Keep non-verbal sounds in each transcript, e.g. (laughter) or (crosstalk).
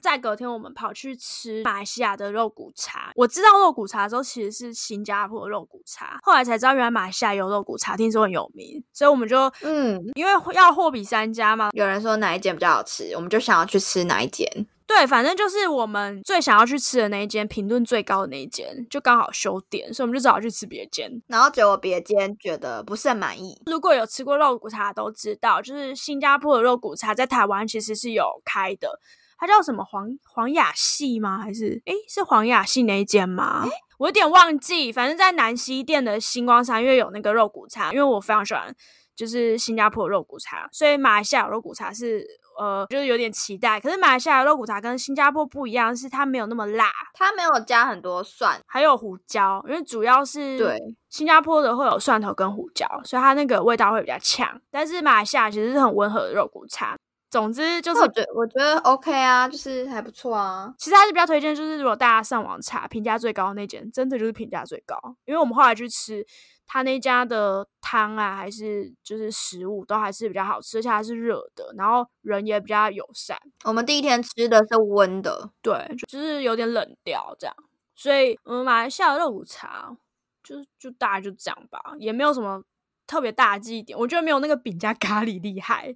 在隔天，我们跑去吃马来西亚的肉骨茶。我知道肉骨茶的时候，其实是新加坡的肉骨茶，后来才知道原来马来西亚有肉骨茶，听说很有名，所以我们就嗯，因为要货比三家嘛，有人说哪一间比较好吃，我们就想要去吃哪一间。对，反正就是我们最想要去吃的那一间，评论最高的那一间，就刚好休店，所以我们就只好去吃别间。然后结果别间觉得不是很满意，如果有吃过肉骨茶都知道，就是新加坡的肉骨茶在台湾其实是有开的，它叫什么黄黄雅系吗？还是诶是黄雅系那一间吗？我有点忘记，反正在南西店的星光三月有那个肉骨茶，因为我非常喜欢就是新加坡的肉骨茶，所以马来西亚肉骨茶是呃就是有点期待。可是马来西亚的肉骨茶跟新加坡不一样，是它没有那么辣，它没有加很多蒜，还有胡椒，因为主要是对新加坡的会有蒜头跟胡椒，所以它那个味道会比较呛。但是马来西亚其实是很温和的肉骨茶。总之就是但我，觉我觉得 OK 啊，就是还不错啊。其实还是比较推荐，就是如果大家上网查评价最高的那间，真的就是评价最高。因为我们后来去吃他那家的汤啊，还是就是食物都还是比较好吃，而且它是热的，然后人也比较友善。我们第一天吃的是温的，对，就是有点冷掉这样。所以，嗯，马来西亚的肉骨茶就就大概就这样吧，也没有什么特别大的记忆点。我觉得没有那个饼加咖喱厉害。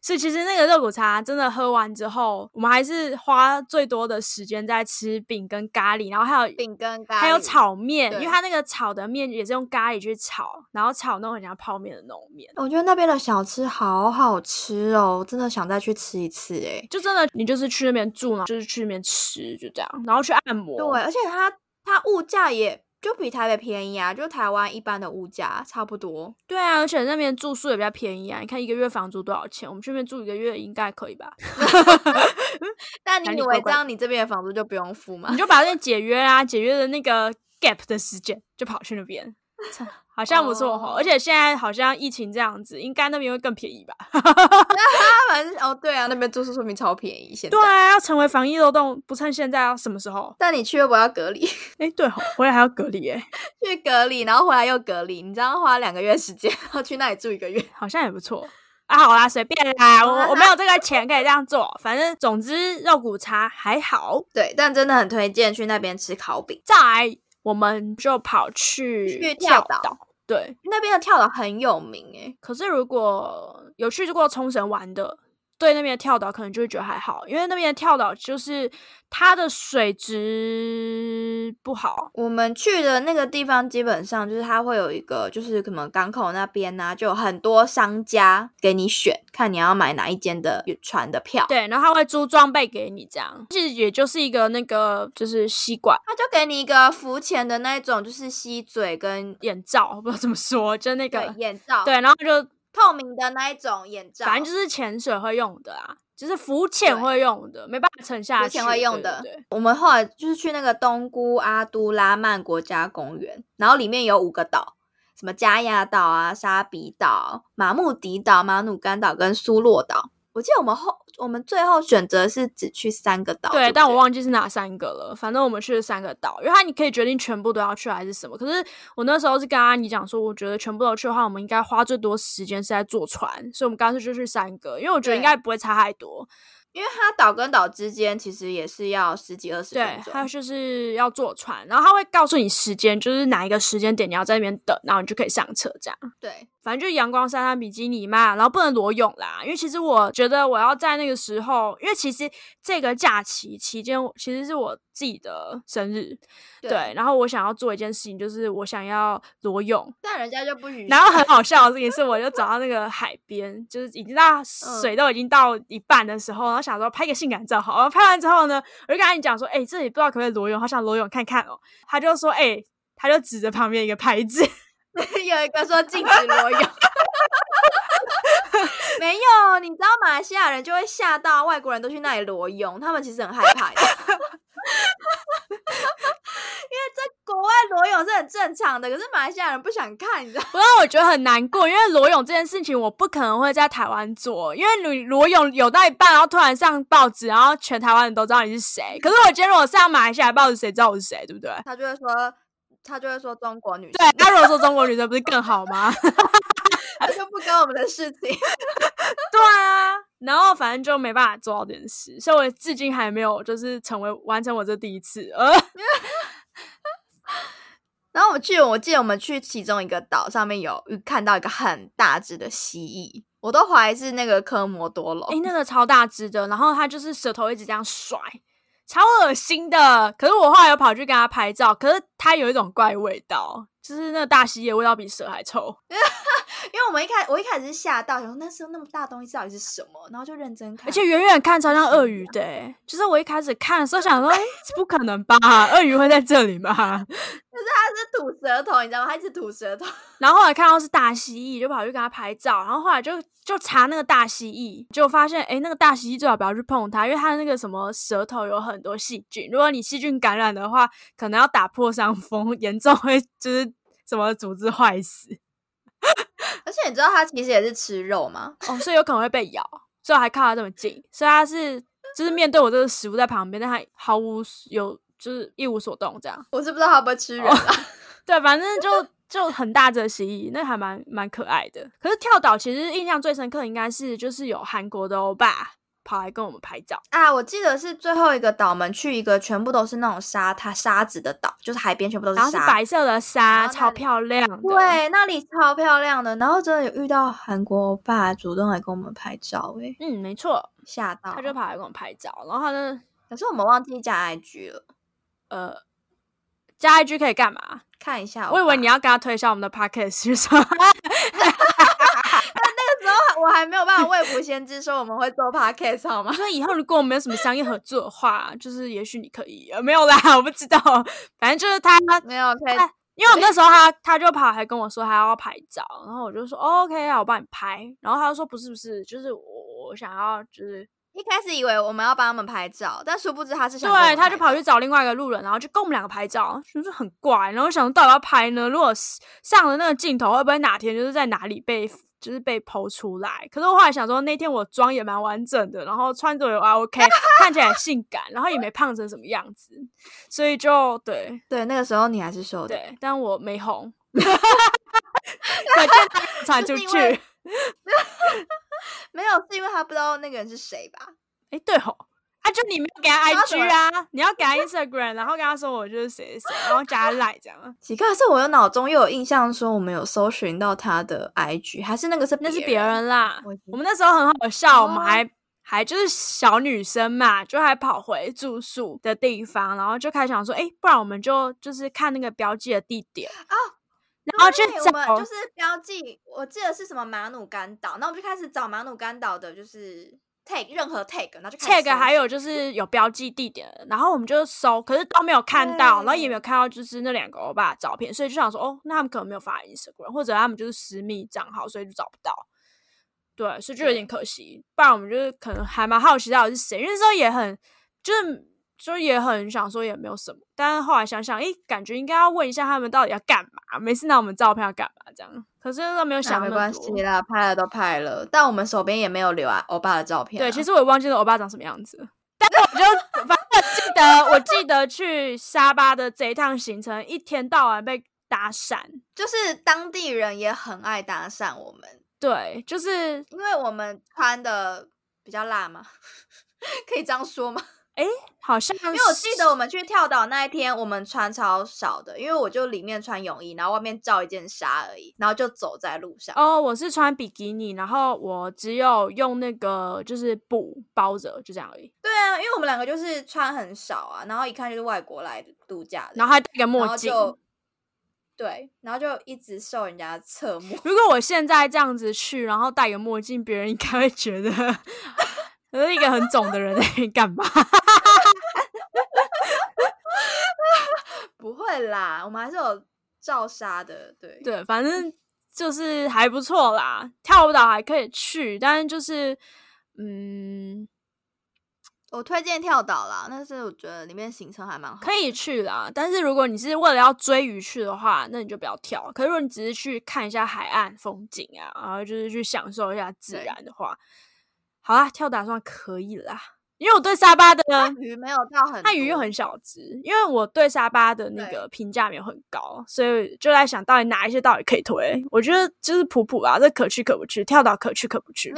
所以其实那个肉骨茶真的喝完之后，我们还是花最多的时间在吃饼跟咖喱，然后还有饼跟咖喱，还有炒面，因为对它那个炒的面也是用咖喱去炒，然后炒那种很像泡面的那种面，我觉得那边的小吃好好吃哦，真的想再去吃一次哎、就真的你就是去那边住，然后就是去那边吃，就这样，然后去按摩。对，而且它它物价也就比台北便宜啊，就台湾一般的物价差不多。对啊，而且那边住宿也比较便宜啊。你看一个月房租多少钱？我们这边住一个月应该可以吧？但你哪里以怪为这怪的样你这边的房租就不用付吗你？就把那解约啊，解约的那个 gap 的时间就跑去那边，好像不错哈。哦而且现在好像疫情这样子，应该那边会更便宜吧？ (laughs) 他们哦，对啊，那边住宿说明超便宜，现在对。啊，要成为防疫漏洞，不趁现在，要什么时候？但你去又不要隔离， (laughs) 哎，对吼，回来还要隔离哎，去隔离，然后回来又隔离，你这样花两个月时间， (laughs) 然后去那里住一个月。好像也不错。啊，好啦，随便啦， (laughs) 好啦我我没有这个钱可以这样做，反正总之肉骨茶还好。对，但真的很推荐去那边吃烤饼，再来，我们就跑去去跳跳岛对，那边的跳岛很有名欸诶、可是如果有去过冲绳玩的，对那边的跳岛可能就会觉得还好，因为那边的跳岛就是它的水质不好。我们去的那个地方基本上就是它会有一个，就是可能港口那边呢、就有很多商家给你选，看你要买哪一间的船的票，对，然后它会租装备给你，这样其实也就是一个那个就是吸管他就给你一个浮潜的那种，就是吸嘴跟眼罩，我不知道怎么说，就是那对个眼罩，对，，然后就透明的那一种眼罩，反正就是潜水会用的啊，就是浮潜对会用的，没办法沉下去，浮潜会用对的对对我们后来就是去那个东姑阿都拉曼国家公园，然后里面有五个岛，什么加亚岛啊、沙比岛、马穆迪岛、马努干岛跟苏洛岛。我记得我们后我们最后选择是只去三个岛，对，不但我忘记是哪三个了。反正我们去了三个岛，因为它你可以决定全部都要去还是什么。可是我那时候是跟阿妮讲说，我觉得全部都去的话，我们应该花最多时间是在坐船，所以我们干脆就去三个，因为我觉得应对该不会差太多。因为它岛跟岛之间其实也是要十几二十对分，还有钟。就是要坐船，然后他会告诉你时间，就是哪一个时间点你要在那边等，然后你就可以上车这样。对，反正就阳光沙滩比基尼嘛，然后不能裸泳啦，因为其实我觉得我要在那个时候，因为其实这个假期期间我其实是我自己的生日，对然后我想要做一件事情，就是我想要裸泳。但人家就不允许。然后很好笑的事情是，我就找到那个海边，就是已经到水都已经到一半的时候，然后想说拍个性感照好。然后拍完之后呢，我就跟他讲说：“哎、这里不知道可不可以裸泳，好想裸泳看看哦。”他就说：“哎、他就指着旁边一个牌子， (laughs) 有一个说禁止裸泳。 (laughs) 没有，你知道马来西亚人就会吓到，外国人都去那里裸泳，他们其实很害 (laughs) 怕的，因为在国外裸泳是很正常场的，可是马来西亚人不想看，你知道吗？不然我觉得很难过，因为裸泳这件事情我不可能会在台湾做，因为你裸泳有到一半，然后突然上报纸，然后全台湾人都知道你是谁。可是我今天如果上马来西亚报纸，谁知道我是谁，对不对？他就会说，他就会说中国女生，对， (laughs) 那如果说中国女生不是更好 (laughs) 吗？他就不干我们的事情。 (laughs) 对啊，然后反正就没办法做到这件事，所以我至今还没有就是成为完成我这第一次。呃，然后我去，我记得我们去其中一个岛上面有看到一个很大只的蜥蜴，我都怀疑是那个科摩多龙。诶、那个超大只的，然后他就是舌头一直这样甩，超恶心的。可是我后来有跑去跟他拍照，可是他有一种怪味道，就是那个大蜥蜴的味道比蛇还臭。因为我们一开我一开始是吓到，想说那时候那么大东西到底是什么，然后就认真看，而且远远看超像鳄鱼的、欸，就是我一开始看的时候想说，哎、这不可能吧， (laughs) 鳄鱼会在这里吗？它是吐舌头，你知道吗？它一直吐舌头， (laughs) 然后后来看到是大蜥蜴，就跑去跟他拍照，然后后来就就查那个大蜥蜴，结果发现，哎，那个大蜥蜴最好不要去碰它，因为它那个什么舌头有很多细菌，如果你细菌感染的话，可能要打破伤风， (laughs) 严重会就是什么组织坏死而且你知道它其实也是吃肉吗？哦，所以有可能会被咬，所以我还靠它这么近，所以它是就是面对我这个食物在旁边，但它毫无有就是一无所动这样。我是不知道它会不会吃人哦啊。对，反正就就很大只的蜥蜴，那还蛮蛮可爱的。可是跳岛其实印象最深刻应该是就是有韩国的欧巴跑来跟我们拍照， (laughs) 啊，我记得是最后一个岛，我们去一个全部都是那种沙滩沙子的岛，就是海边全部都然后是是沙。白色的然沙，后那超里漂亮的。对，那里超漂亮的。然后真的有遇到韩国欧巴主动来跟我们拍照、欸，哎，嗯，没错，吓到。他就跑来跟我们拍照，然后他呢，可是我们忘记加 IG 了，呃，加 IG 可以干嘛？看一下。我以为你要，要跟他推销我们的 podcast，就是 (laughs) 说我还没有办法未卜先知，说我们会做 podcast 好吗我？(laughs) 说以后如果我们有什么商业合作的话，就是也许你可以，呃，没有啦，我不知道，反正就是他没有，可以。哎因为我那时候他他就跑还跟我说他要拍照，然后我就说、哦 OK 啊，我帮你拍。然后他就说不是不是，就是我我想要就是一开始以为我们要帮他们拍照，但殊不知他是想跟我们对，他就拍跑照去找另外一个路人，然后就跟我们两个拍照，就是很怪。然后我想说到底要拍呢？如果是上了那个镜头，会不会哪天就是在哪里被就是被剖出来？可是我后来想说那天我妆也蛮完整的，然后穿着也还 (laughs) OK，看起来也性感，然后也没胖成什么样子，所以就对，对，那个时候你还是瘦的，对，但我没红， (laughs) 可见他有传就出是因去。为哎、没有是因为他不知道那个人是谁吧？对吼，啊，就你没有给他他怎么 IG 啊，你要给他 Instagram，然后跟他说我就是谁谁谁，然后 (laughs) 加他 Line 这样。啊奇怪，是我有脑中又有印象说我们有搜寻到他的 IG，还是那个是那是别别人？啊人啦，我已经我们那时候很好笑，我们哦还。还就是小女生嘛，就还跑回住宿的地方，然后就开始想说，哎、不然我们就就是看那个标记的地点啊，然后去对我找们就是标记，我记得是什么马努干岛，那我们就开始找马努干岛的，就是 take 任何 take，然后就开始 tag 还有有就是有标记地点的，然后我们就搜，可是都没有看到，然后也没有看到就是那两个欧巴的照片，所以就想说，哦，那他们可能没有发 Instagram，或者他们就是私密账号，所以就找不到。对，所以就有点可惜。不然我们就是可能还蛮好奇到底是谁，因为那时候也很就是就也很想说也没有什么，但是后来想想，诶，感觉应该要问一下他们到底要干嘛，每次拿我们照片要干嘛这样。可是那时候没有想没那关么系多。啦，拍了都拍了，但我们手边也没有留啊欧巴的照片啊、对，其实我也忘记了欧巴长什么样子了，但我就反正我记得，我记得去沙巴的这一趟行程，一天到晚被搭讪。就是当地人也很爱搭讪我们，对，就是因为我们穿的比较辣嘛， (laughs) 可以这样 (laughs) 说吗？好像因为我记得我们去跳岛那一天，我们穿超少的，因为我就里面穿泳衣，然后外面罩一件纱而已，然后就走在路上。哦，我是穿比基尼，然后我只有用那个就是布包着，就这样而已。对啊，因为我们两个就是穿很少啊，然后一看就是外国来的度假的，然后还戴个然墨后镜。就对，然后就一直受人家侧目。 (laughs) 如果我现在这样子去，然后戴个墨镜，别人应该会觉得 (laughs) 我是一个很肿的人 (laughs) 在那边干嘛？不会啦，我们还是有照纱的，对对，反正就是还不错啦，跳舞蹈还可以去，但是就是嗯，我推荐跳岛啦，但是我觉得里面行程还蛮好。可以去啦，但是如果你是为了要追鱼去的话，那你就不要跳。可是如果你只是去看一下海岸风景啊，然后就是去享受一下自对然的话，好啦，跳打算可以啦。因为我对沙巴的啊鱼没有到很多，它鱼又很小只，因为我对沙巴的那对个评价没有很高，所以就在想到底哪一些到底可以推。我觉得就是普普吧，这可去可不去，跳岛可去可不 (laughs) 去。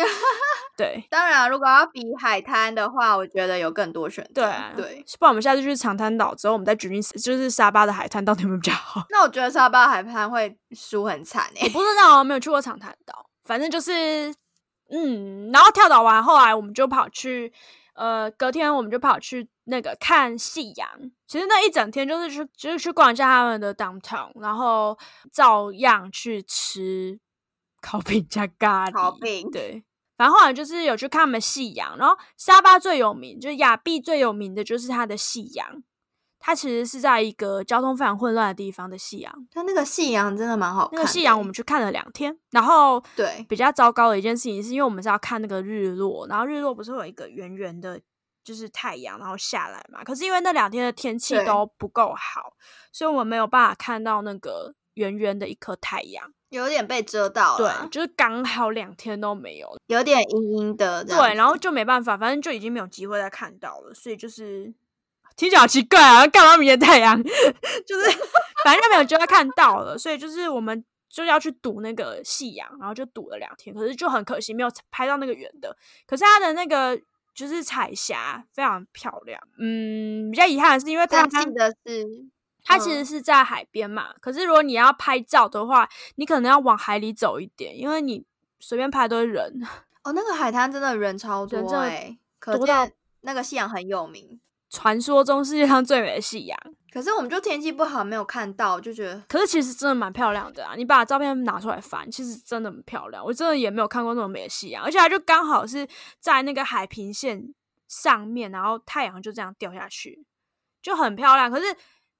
对当然，啊如果要比海滩的话，我觉得有更多选对择。啊对，不然我们下次去长滩岛之后，我们再决定就是沙巴的海滩到底有没有比较好。那我觉得沙巴海滩会输很惨欸诶、我不知道啊，没有去过长滩岛，反正就是嗯，然后跳岛完，后来我们就跑去。呃，隔天我们就跑去那个看夕阳。其实那一整天就是去，就是去逛一下他们的 downtown，然后照样去吃 (laughs) 烤饼加咖喱。烤 (laughs) 饼对，反正后来就是有去看他们夕阳。然后沙巴最有名，就是亚庇最有名的就是它的夕阳。它其实是在一个交通非常混乱的地方的夕阳，它那个夕阳真的蛮好看的那欸。个夕阳我们去看了两天，然后对比较糟糕的一件事情，是因为我们是要看那个日落，然后日落不是会有一个圆圆的，就是太阳然后下来嘛？可是因为那两天的天气对都不够好，所以我们没有办法看到那个圆圆的一颗太阳。有点被遮到对了，，就是刚好两天都没有，有点阴阴的这样子。对，然后就没办法，反正就已经没有机会再看到了，所以就是听起来好奇怪啊，干嘛明天太阳？ (laughs) 就是反正就没有机会看到了，所以就是我们就要去赌那个夕阳，然后就赌了两天，可是就很可惜没有拍到那个圆的，可是它的那个就是彩霞非常漂亮，嗯，比较遗憾的是因为它但记得是它其实啊嗯是在海边嘛，可是如果你要拍照的话，你可能要往海里走一点，因为你随便拍都是人。 (laughs) 哦，那个海滩真的人超多人真的哎、可多到见那个夕阳很有名。传说中世界上最美的夕阳，可是我们就天气不好没有看到，就觉得可是其实真的蛮漂亮的啊！你把照片拿出来翻，其实真的很漂亮。我真的也没有看过那么美的夕阳，而且它就刚好是在那个海平线上面，然后太阳就这样掉下去，就很漂亮。可是，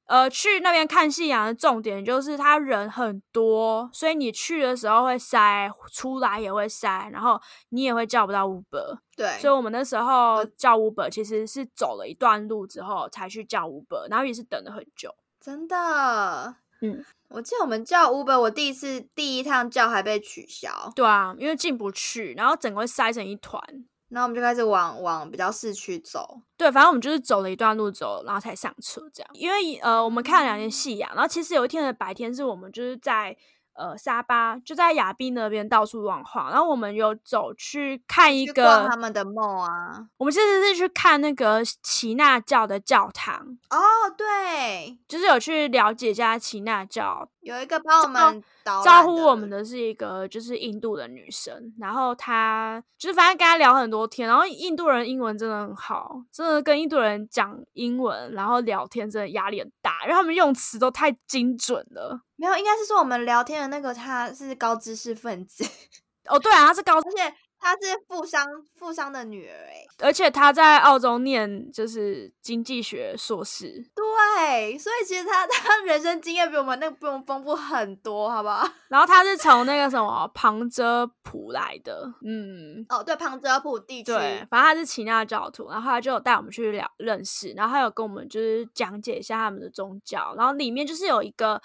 呃，去那边看夕阳的重点就是它人很多，所以你去的时候会塞，出来也会塞，然后你也会叫不到 Uber。对，所以我们那时候叫 Uber 其实是走了一段路之后才去叫 Uber，然后也是等了很久。真的，嗯，我记得我们叫 Uber，我第一次第一趟叫还被取消，对啊，因为进不去，然后整个会塞成一团。然后我们就开始往往比较市区走。对，反正我们就是走了一段路之后，然后才上车这样。因为呃，我们看了两天夕阳，然后其实有一天的白天是我们就是在呃沙巴，就在雅碧那边到处乱晃。然后我们有走去看一去逛他个，们的梦啊！我们其实是去看那个奇纳教的教堂，哦，对，就是有去了解一下奇纳教有一个帮我们导招览呼我们的是一个就是印度的女生，然后她就是反正跟她聊很多天，然后印度人英文真的很好，真的跟印度人讲英文，然后聊天真的压力很大，因为他们用词都太精准了。没有，应该是说我们聊天的那个他是高知识分子， (laughs) 哦，对啊，她是高，而且她是富商富商的女儿、欸，而且她在澳洲念就是经济学硕士，对，所以其实 (laughs) 她她人生经验比我们那个比我们丰富很多，好不好？ (laughs) 然后她是从那个什么旁遮普来的，嗯，哦，对，旁遮普地区，对，反正他是奇纳教徒，然后他就有带我们去了认识，然后他有跟我们就是讲解一下他们的宗教，然后里面就是有一个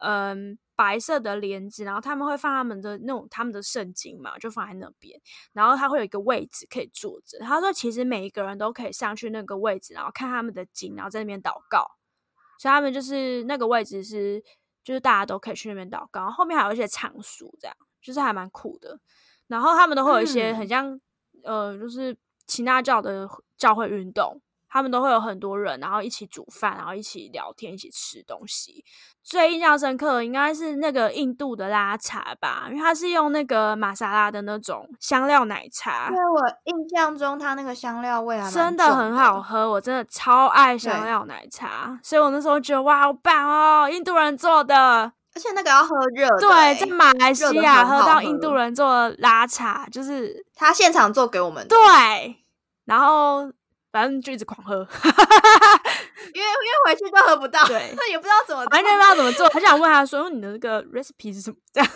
嗯白色的帘子，然后他们会放他们的那种他们的圣经嘛，就放在那边，然后他会有一个位置可以坐着，他说其实每一个人都可以上去那个位置，然后看他们的经，然后在那边祷告，所以他们就是那个位置是就是大家都可以去那边祷告，然后后面还有一些藏书这样。就是还蛮酷的。然后他们都会有一些很像、呃，就是耆那教的教会运动，他们都会有很多人，然后一起煮饭，然后一起聊天，一起吃东西。最印象深刻的应该是那个印度的拉茶吧，因为它是用那个玛莎拉的那种香料奶茶因。为我印象中它那个香料味还蛮真的重很好喝，我真的超爱香对料奶茶，所以我那时候觉得哇，好棒哦，印度人做的，而且那个要喝热的、欸对，在马来西热得亚很喝好到喝印度人做的拉茶，就是他现场做给我们的，对，然后反正就一直狂喝， (laughs) 因为因为回去都喝不到，对也不知道怎么反正就不做知道怎么做。我想问他说你的那个 recipe 是什么？ (laughs) 这 (laughs) 样，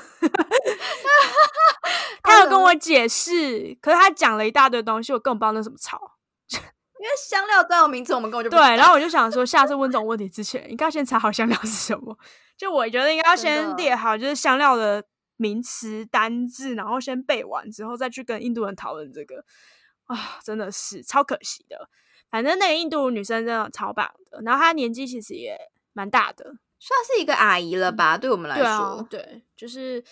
他有跟我解释，可是他讲了一大堆东西，我根本不知道那什么草。因为香料专有名词我们根本就不对知道，然后我就想说，下次问这种问题之前，应该先查好香料是什么。就我觉得应该要真先的列好就是香料的名词单字，然后先背完之后再去跟印度人讨论这个。啊，真的是超可惜的。反正那个印度女生真的超棒的，然后她年纪其实也蛮大的，算是一个阿姨了吧？对我们来对啊说，，对，就是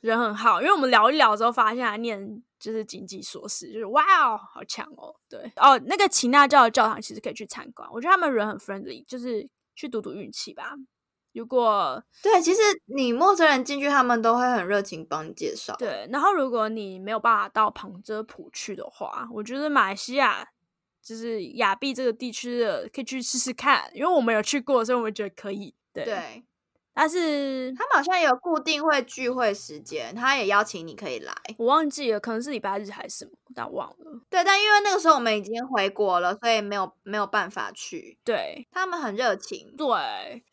人很好，因为我们聊一聊之后发现他念就是经济硕士，就是哇哦，好强哦，对哦，那个齐纳教的教堂其实可以去参观，我觉得他们人很 friendly，就是去赌赌运气吧。如果对，其实你陌生人进去，他们都会很热情帮你介绍。对，然后如果你没有办法到旁遮普去的话，我觉得马来西亚就是亚庇这个地区的可以去试试看，因为我们有去过，所以我们觉得可以。对，对，但是他们好像有固定会聚会时间，他也邀请你可以来。我忘记了，可能是礼拜日还是什么，但忘了。对，但因为那个时候我们已经回国了，所以没有没有办法去。对，他们很热情，对，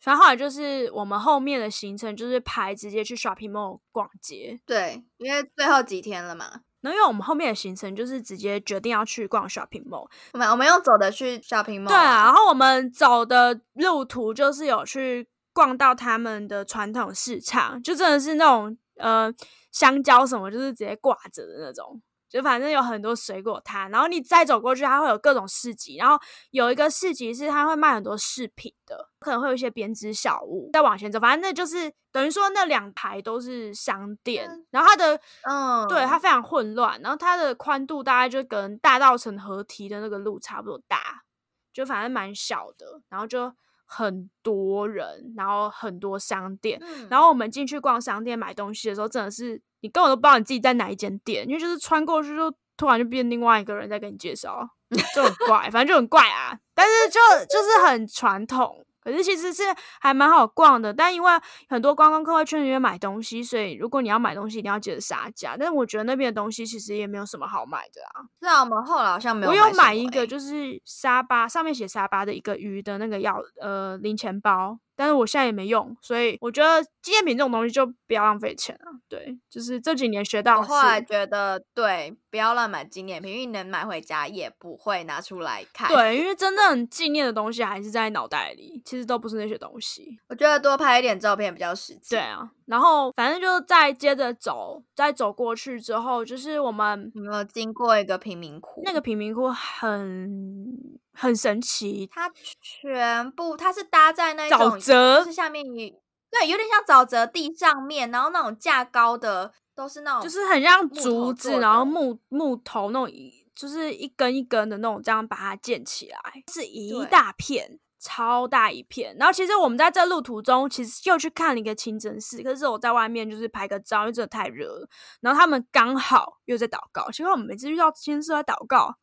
反正后来就是我们后面的行程就是排直接去 shopping mall 逛街，对，因为最后几天了嘛，然后因为我们后面的行程就是直接决定要去逛 shopping mall。我们我们用走的去 shopping mall。对啊，，然后我们走的路途就是有去逛到他们的传统市场，就真的是那种呃香蕉什么就是直接挂着的那种。就反正有很多水果摊，然后你再走过去，它会有各种市集，然后有一个市集是它会卖很多饰品的，可能会有一些编织小物。再往前走，反正那就是等于说那两排都是商店，嗯然后它的嗯，对，它非常混乱，然后它的宽度大概就跟大道城合体的那个路差不多大，就反正蛮小的，然后就很多人，然后很多商店，嗯，然后我们进去逛商店买东西的时候，真的是你根本都不知道你自己在哪一间店，因为就是穿过去就突然就变另外一个人在跟你介绍，就很怪，反正就很怪啊。但是就就是很传统，可是其实是还蛮好逛的。但因为很多观光客会去那边买东西，所以如果你要买东西，一定要记得杀价。但是我觉得那边的东西其实也没有什么好买的啊。是啊，我们后来好像没有我买有什买么一欸个就是沙巴上面写沙巴的一个鱼的那个药呃零钱包，但是我现在也没用，所以我觉得纪念品这种东西就不要浪费钱了、对，就是这几年学到我的后来是，觉得，对，不要乱买纪念品，因为能买回家也不会拿出来看。，对，因为真正纪念的东西还是在脑袋里，其实都不是那些东西。我觉得多拍一点照片比较实际。对，啊，然后反正就再接着走，再走过去之后，就是我们有没有经过一个贫民窟？那个贫民窟很很神奇，它全部它是搭在那一沼种，泽就是下面有对，有点像沼泽地上面，然后那种架高的都是那种，就是很像哦木头竹做子，的然后木木头那种一，就是一根一根的那种，这样把它建起来，是一对大片，超大一片。然后其实我们在这路途中，其实又去看了一个清真寺，可是我在外面就是拍个照，因为真的太热了。然后他们刚好又在祷告，其实我们每次遇到清真寺都在祷告，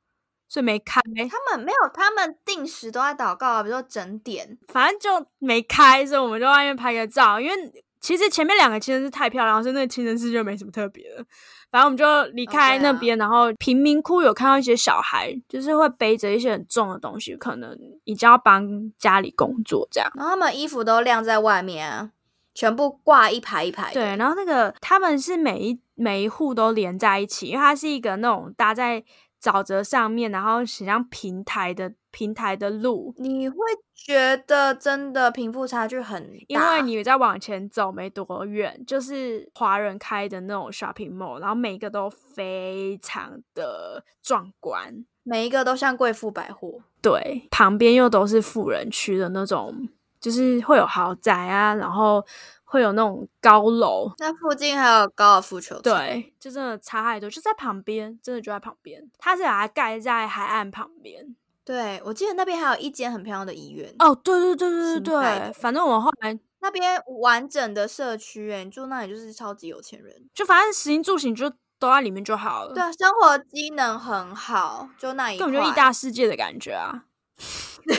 所以没开，他们没有，他们定时都在祷告啊，比如说整点，反正就没开，所以我们就外面拍个照，因为。其实前面两个清真寺太漂亮了，所以那个清真寺就没什么特别的。反正我们就离哦开对那啊边，然后贫民窟有看到一些小孩，就是会背着一些很重的东西，可能已经要帮家里工作这样。然后他们衣服都晾在外面啊，全部挂一排一排的。对，然后那个他们是每一每一户都连在一起，因为它是一个那种搭在沼泽上面，然后很像平台的平台的路，你会觉得真的贫富差距很大，因为你再往前走没多远，就是华人开的那种 shopping mall，然后每一个都非常的壮观。每一个都像贵妇百货，对，旁边又都是富人区的那种，就是会有豪宅啊，然后会有那种高楼，那附近还有高尔夫球场。，对，就真的差太多，就在旁边，真的就在旁边，它是把它盖在海岸旁边，对我记得那边还有一间很漂亮的医院，哦，对对对对新对盖对，的反正我后来那边完整的社区、欸，你住那里就是超级有钱人。就反正食衣住行就都在里面就好了，对，啊，生活机能很好，就那一根本就块一大世界的感觉啊。 (laughs) 对，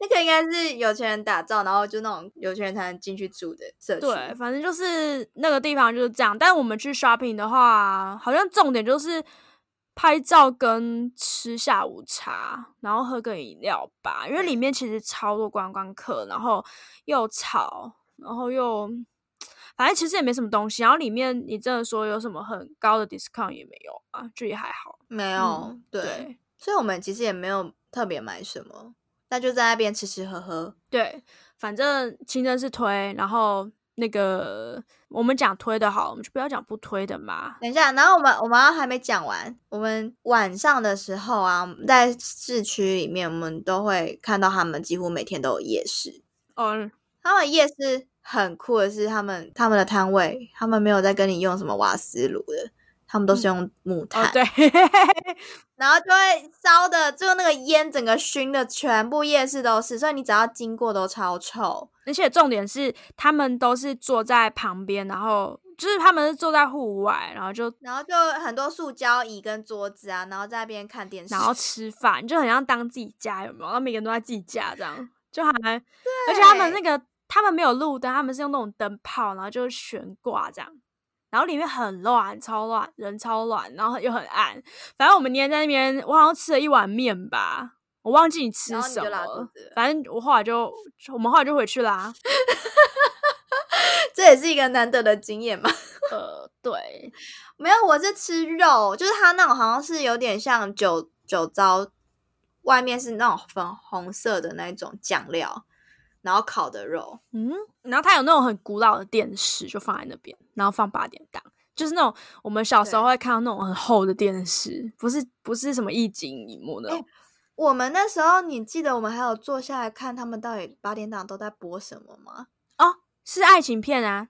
那个应该是有钱人打造，然后就那种有钱人才能进去住的社区。对，反正就是那个地方就是这样。但我们去 shopping 的话，好像重点就是拍照跟吃下午茶，然后喝个饮料吧，因为里对面其实超多观光客，然后又吵，然后又反正其实也没什么东西。然后里面你真的说有什么很高的 discount 也没有啊，就也还好。没有、对，对，所以我们其实也没有特别买什么，那就在那边吃吃喝喝。对，反正清真是推，然后那个我们讲推的好，我们就不要讲不推的嘛。等一下，然后我们我们还没讲完，我们晚上的时候啊，我们在市区里面，我们都会看到他们几乎每天都有夜市。哦，他们夜市很酷的是，他们他们的摊位，他们没有在跟你用什么瓦斯炉的，他们都是用木炭，哦对，然后就会烧的，就那个烟整个熏的，全部夜市都是，所以你只要经过都超臭。 (laughs) 而且重点是他们都是坐在旁边，然后就是他们是坐在户外，然后就然后就很多塑胶椅跟桌子啊，然后在那边看电视，然后吃饭，就很像当自己家，有没有？然后每个人都在自己家这样，就还，而且他们那个他们没有路灯，他们是用那种灯泡，然后就是悬挂这样，然后里面很乱，超乱，人超乱，然后又很暗。反正我们那天在那边，我好像吃了一碗面吧，我忘记你吃然后你什就么拉肚了子了。 (laughs) 反正我后来就，我们后来就回去啦。这也是一个难得的经验嘛。呃，对，没有，我是吃肉，就是它那种好像是有点像酒酒糟，外面是那种粉红色的那种酱料，然后烤的肉。嗯，然后它有那种很古老的电视，就放在那边，然后放八点档，就是那种我们小时候对会看到那种很厚的电视，不是不是什么一景一幕那哦种。我们那时候，你记得我们还有坐下来看他们到底八点档都在播什么吗？是爱情片啊，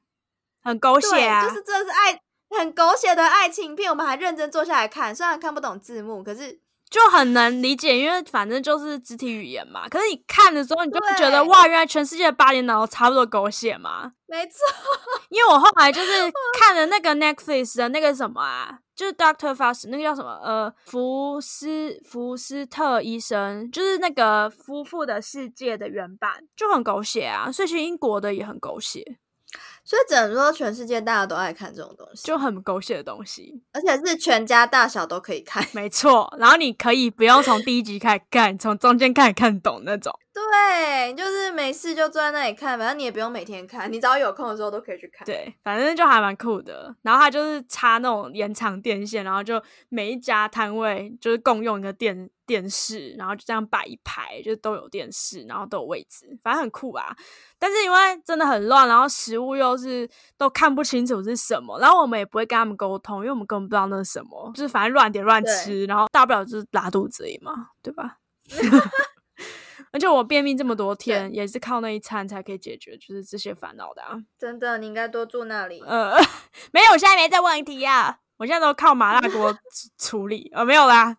很狗血啊，对，就是这是爱很狗血的爱情片，我们还认真坐下来看，虽然看不懂字幕，(laughs) 可是就很能理解，因为反正就是肢体语言嘛。可是你看的时候，你就会觉得对哇，原来全世界的八点档都差不多狗血嘛。没错，因为我后来就是看了那个 Netflix 的那个什么啊，就是 Doctor Faust 那个叫什么呃福斯福斯特医生，就是那个《夫妇的世界》的原版，就很狗血啊。所以其实英国的也很狗血，所以只能说全世界大家都爱看这种东西，就很狗血的东西，而且是全家大小都可以看。没错。然后你可以不用从第一集开始看，从中间开始看懂那种。对，就是没事就坐在那里看，反正你也不用每天看，你只要有空的时候都可以去看。对，反正就还蛮酷的。然后他就是插那种延长电线，然后就每一家摊位就是共用一个电电视，然后就这样摆一排，就都有电视，然后都有位置，反正很酷吧。但是因为真的很乱，然后食物又是都看不清楚是什么，然后我们也不会跟他们沟通，因为我们根本不知道那是什么，就是反正乱点乱对吃，然后大不了就是拉肚子而已嘛，对吧？ (laughs) 而且我便秘这么多天，也是靠那一餐才可以解决，就是这些烦恼的啊。真的，你应该多住那里。呃， (laughs) 没有，我现在没这问题啊，我现在都靠麻辣锅处处理，呃，没有啦。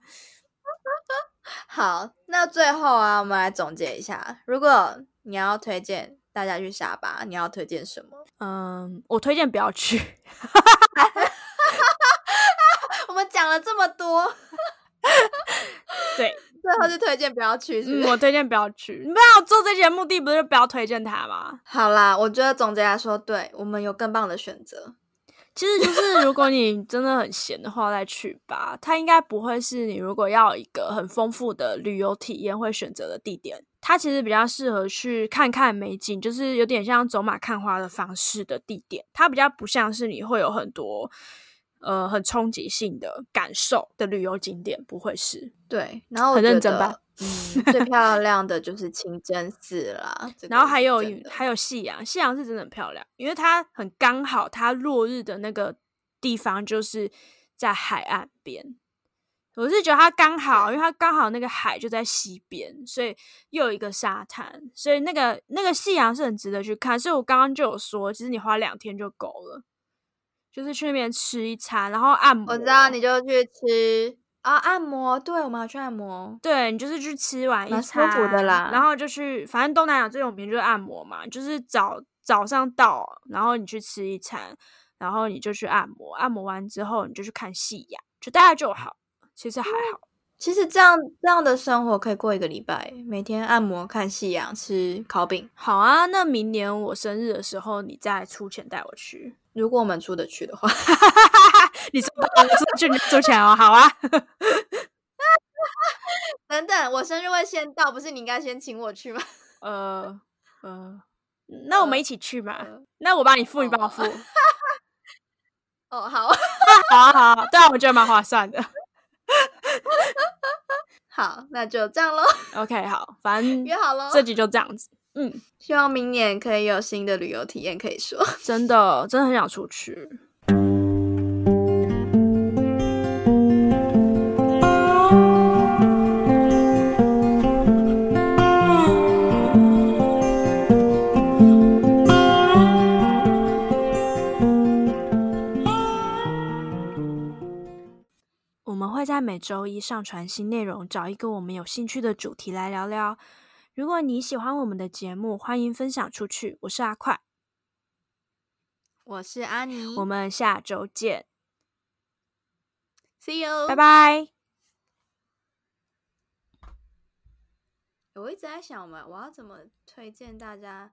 好，那最后啊，我们来总结一下，如果你要推荐大家去沙巴，你要推荐什么？ (laughs) 嗯，我推荐不要去，我们讲了这么多， (laughs) 对，最后就推荐不要去，是嗯，不是？我推荐不要去。你不要做这些目的，不是就不要推荐它吗？ (laughs) 好啦，我觉得总结来说，对我们有更棒的选择。其实就是如果你真的很闲的话，再去吧。它应该不会是你如果要一个很丰富的旅游体验会选择的地点。它其实比较适合去看看美景，就是有点像走马看花的方式的地点。它比较不像是你会有很多呃很冲击性的感受的旅游景点，不会是。对，然后我很觉认真得吧？嗯，最漂亮的就是清真寺啦。这 (laughs) 个然后还是有真的还有夕阳，夕阳是真的很漂亮，因为它很刚好，它落日的那个地方就是在海岸边。我是觉得它刚好，因为它刚好那个海就在西边，所以又有一个沙滩，所以那个那个夕阳是很值得去看。所以我刚刚就有说，其实你花两天就够了，就是去那边吃一餐，然后按摩。我知道，你就去吃啊、按摩，对，我们要去按摩。对你就是去吃完一蛮舒服餐，的啦然后就去，反正东南亚最有名就是按摩嘛，就是早早上到，然后你去吃一餐，然后你就去按摩，按摩完之后你就去看夕阳，就大概就好，其实还嗯好。其实这样这样的生活可以过一个礼拜，每天按摩、看夕阳、吃烤饼。好啊，那明年我生日的时候，你再出钱带我去。 (laughs) 如果我们出得去的话， (laughs) 你说我出去你出钱哦， (laughs) 好啊。等等，我生日会先到，不是你应该先请我去吗？呃呃，那我们一起去嘛？呃那我帮你付，你帮我哦付。 (laughs) 哦，好 (laughs) 好啊好啊，对啊，我觉得蛮划算的。好，那就这样喽， OK，好， (laughs) 反正约好喽。这集就这样子。嗯，希望明年可以有新的旅游体验可以说。真的，真的很想出去。我们会在每周一上传新内容，找一个我们有兴趣的主题来聊聊。如果你喜欢我们的节目，欢迎分享出去。我是阿快，我是安妮，我们下周见， see you，拜。拜。我一直在想，我们我要怎么推荐大家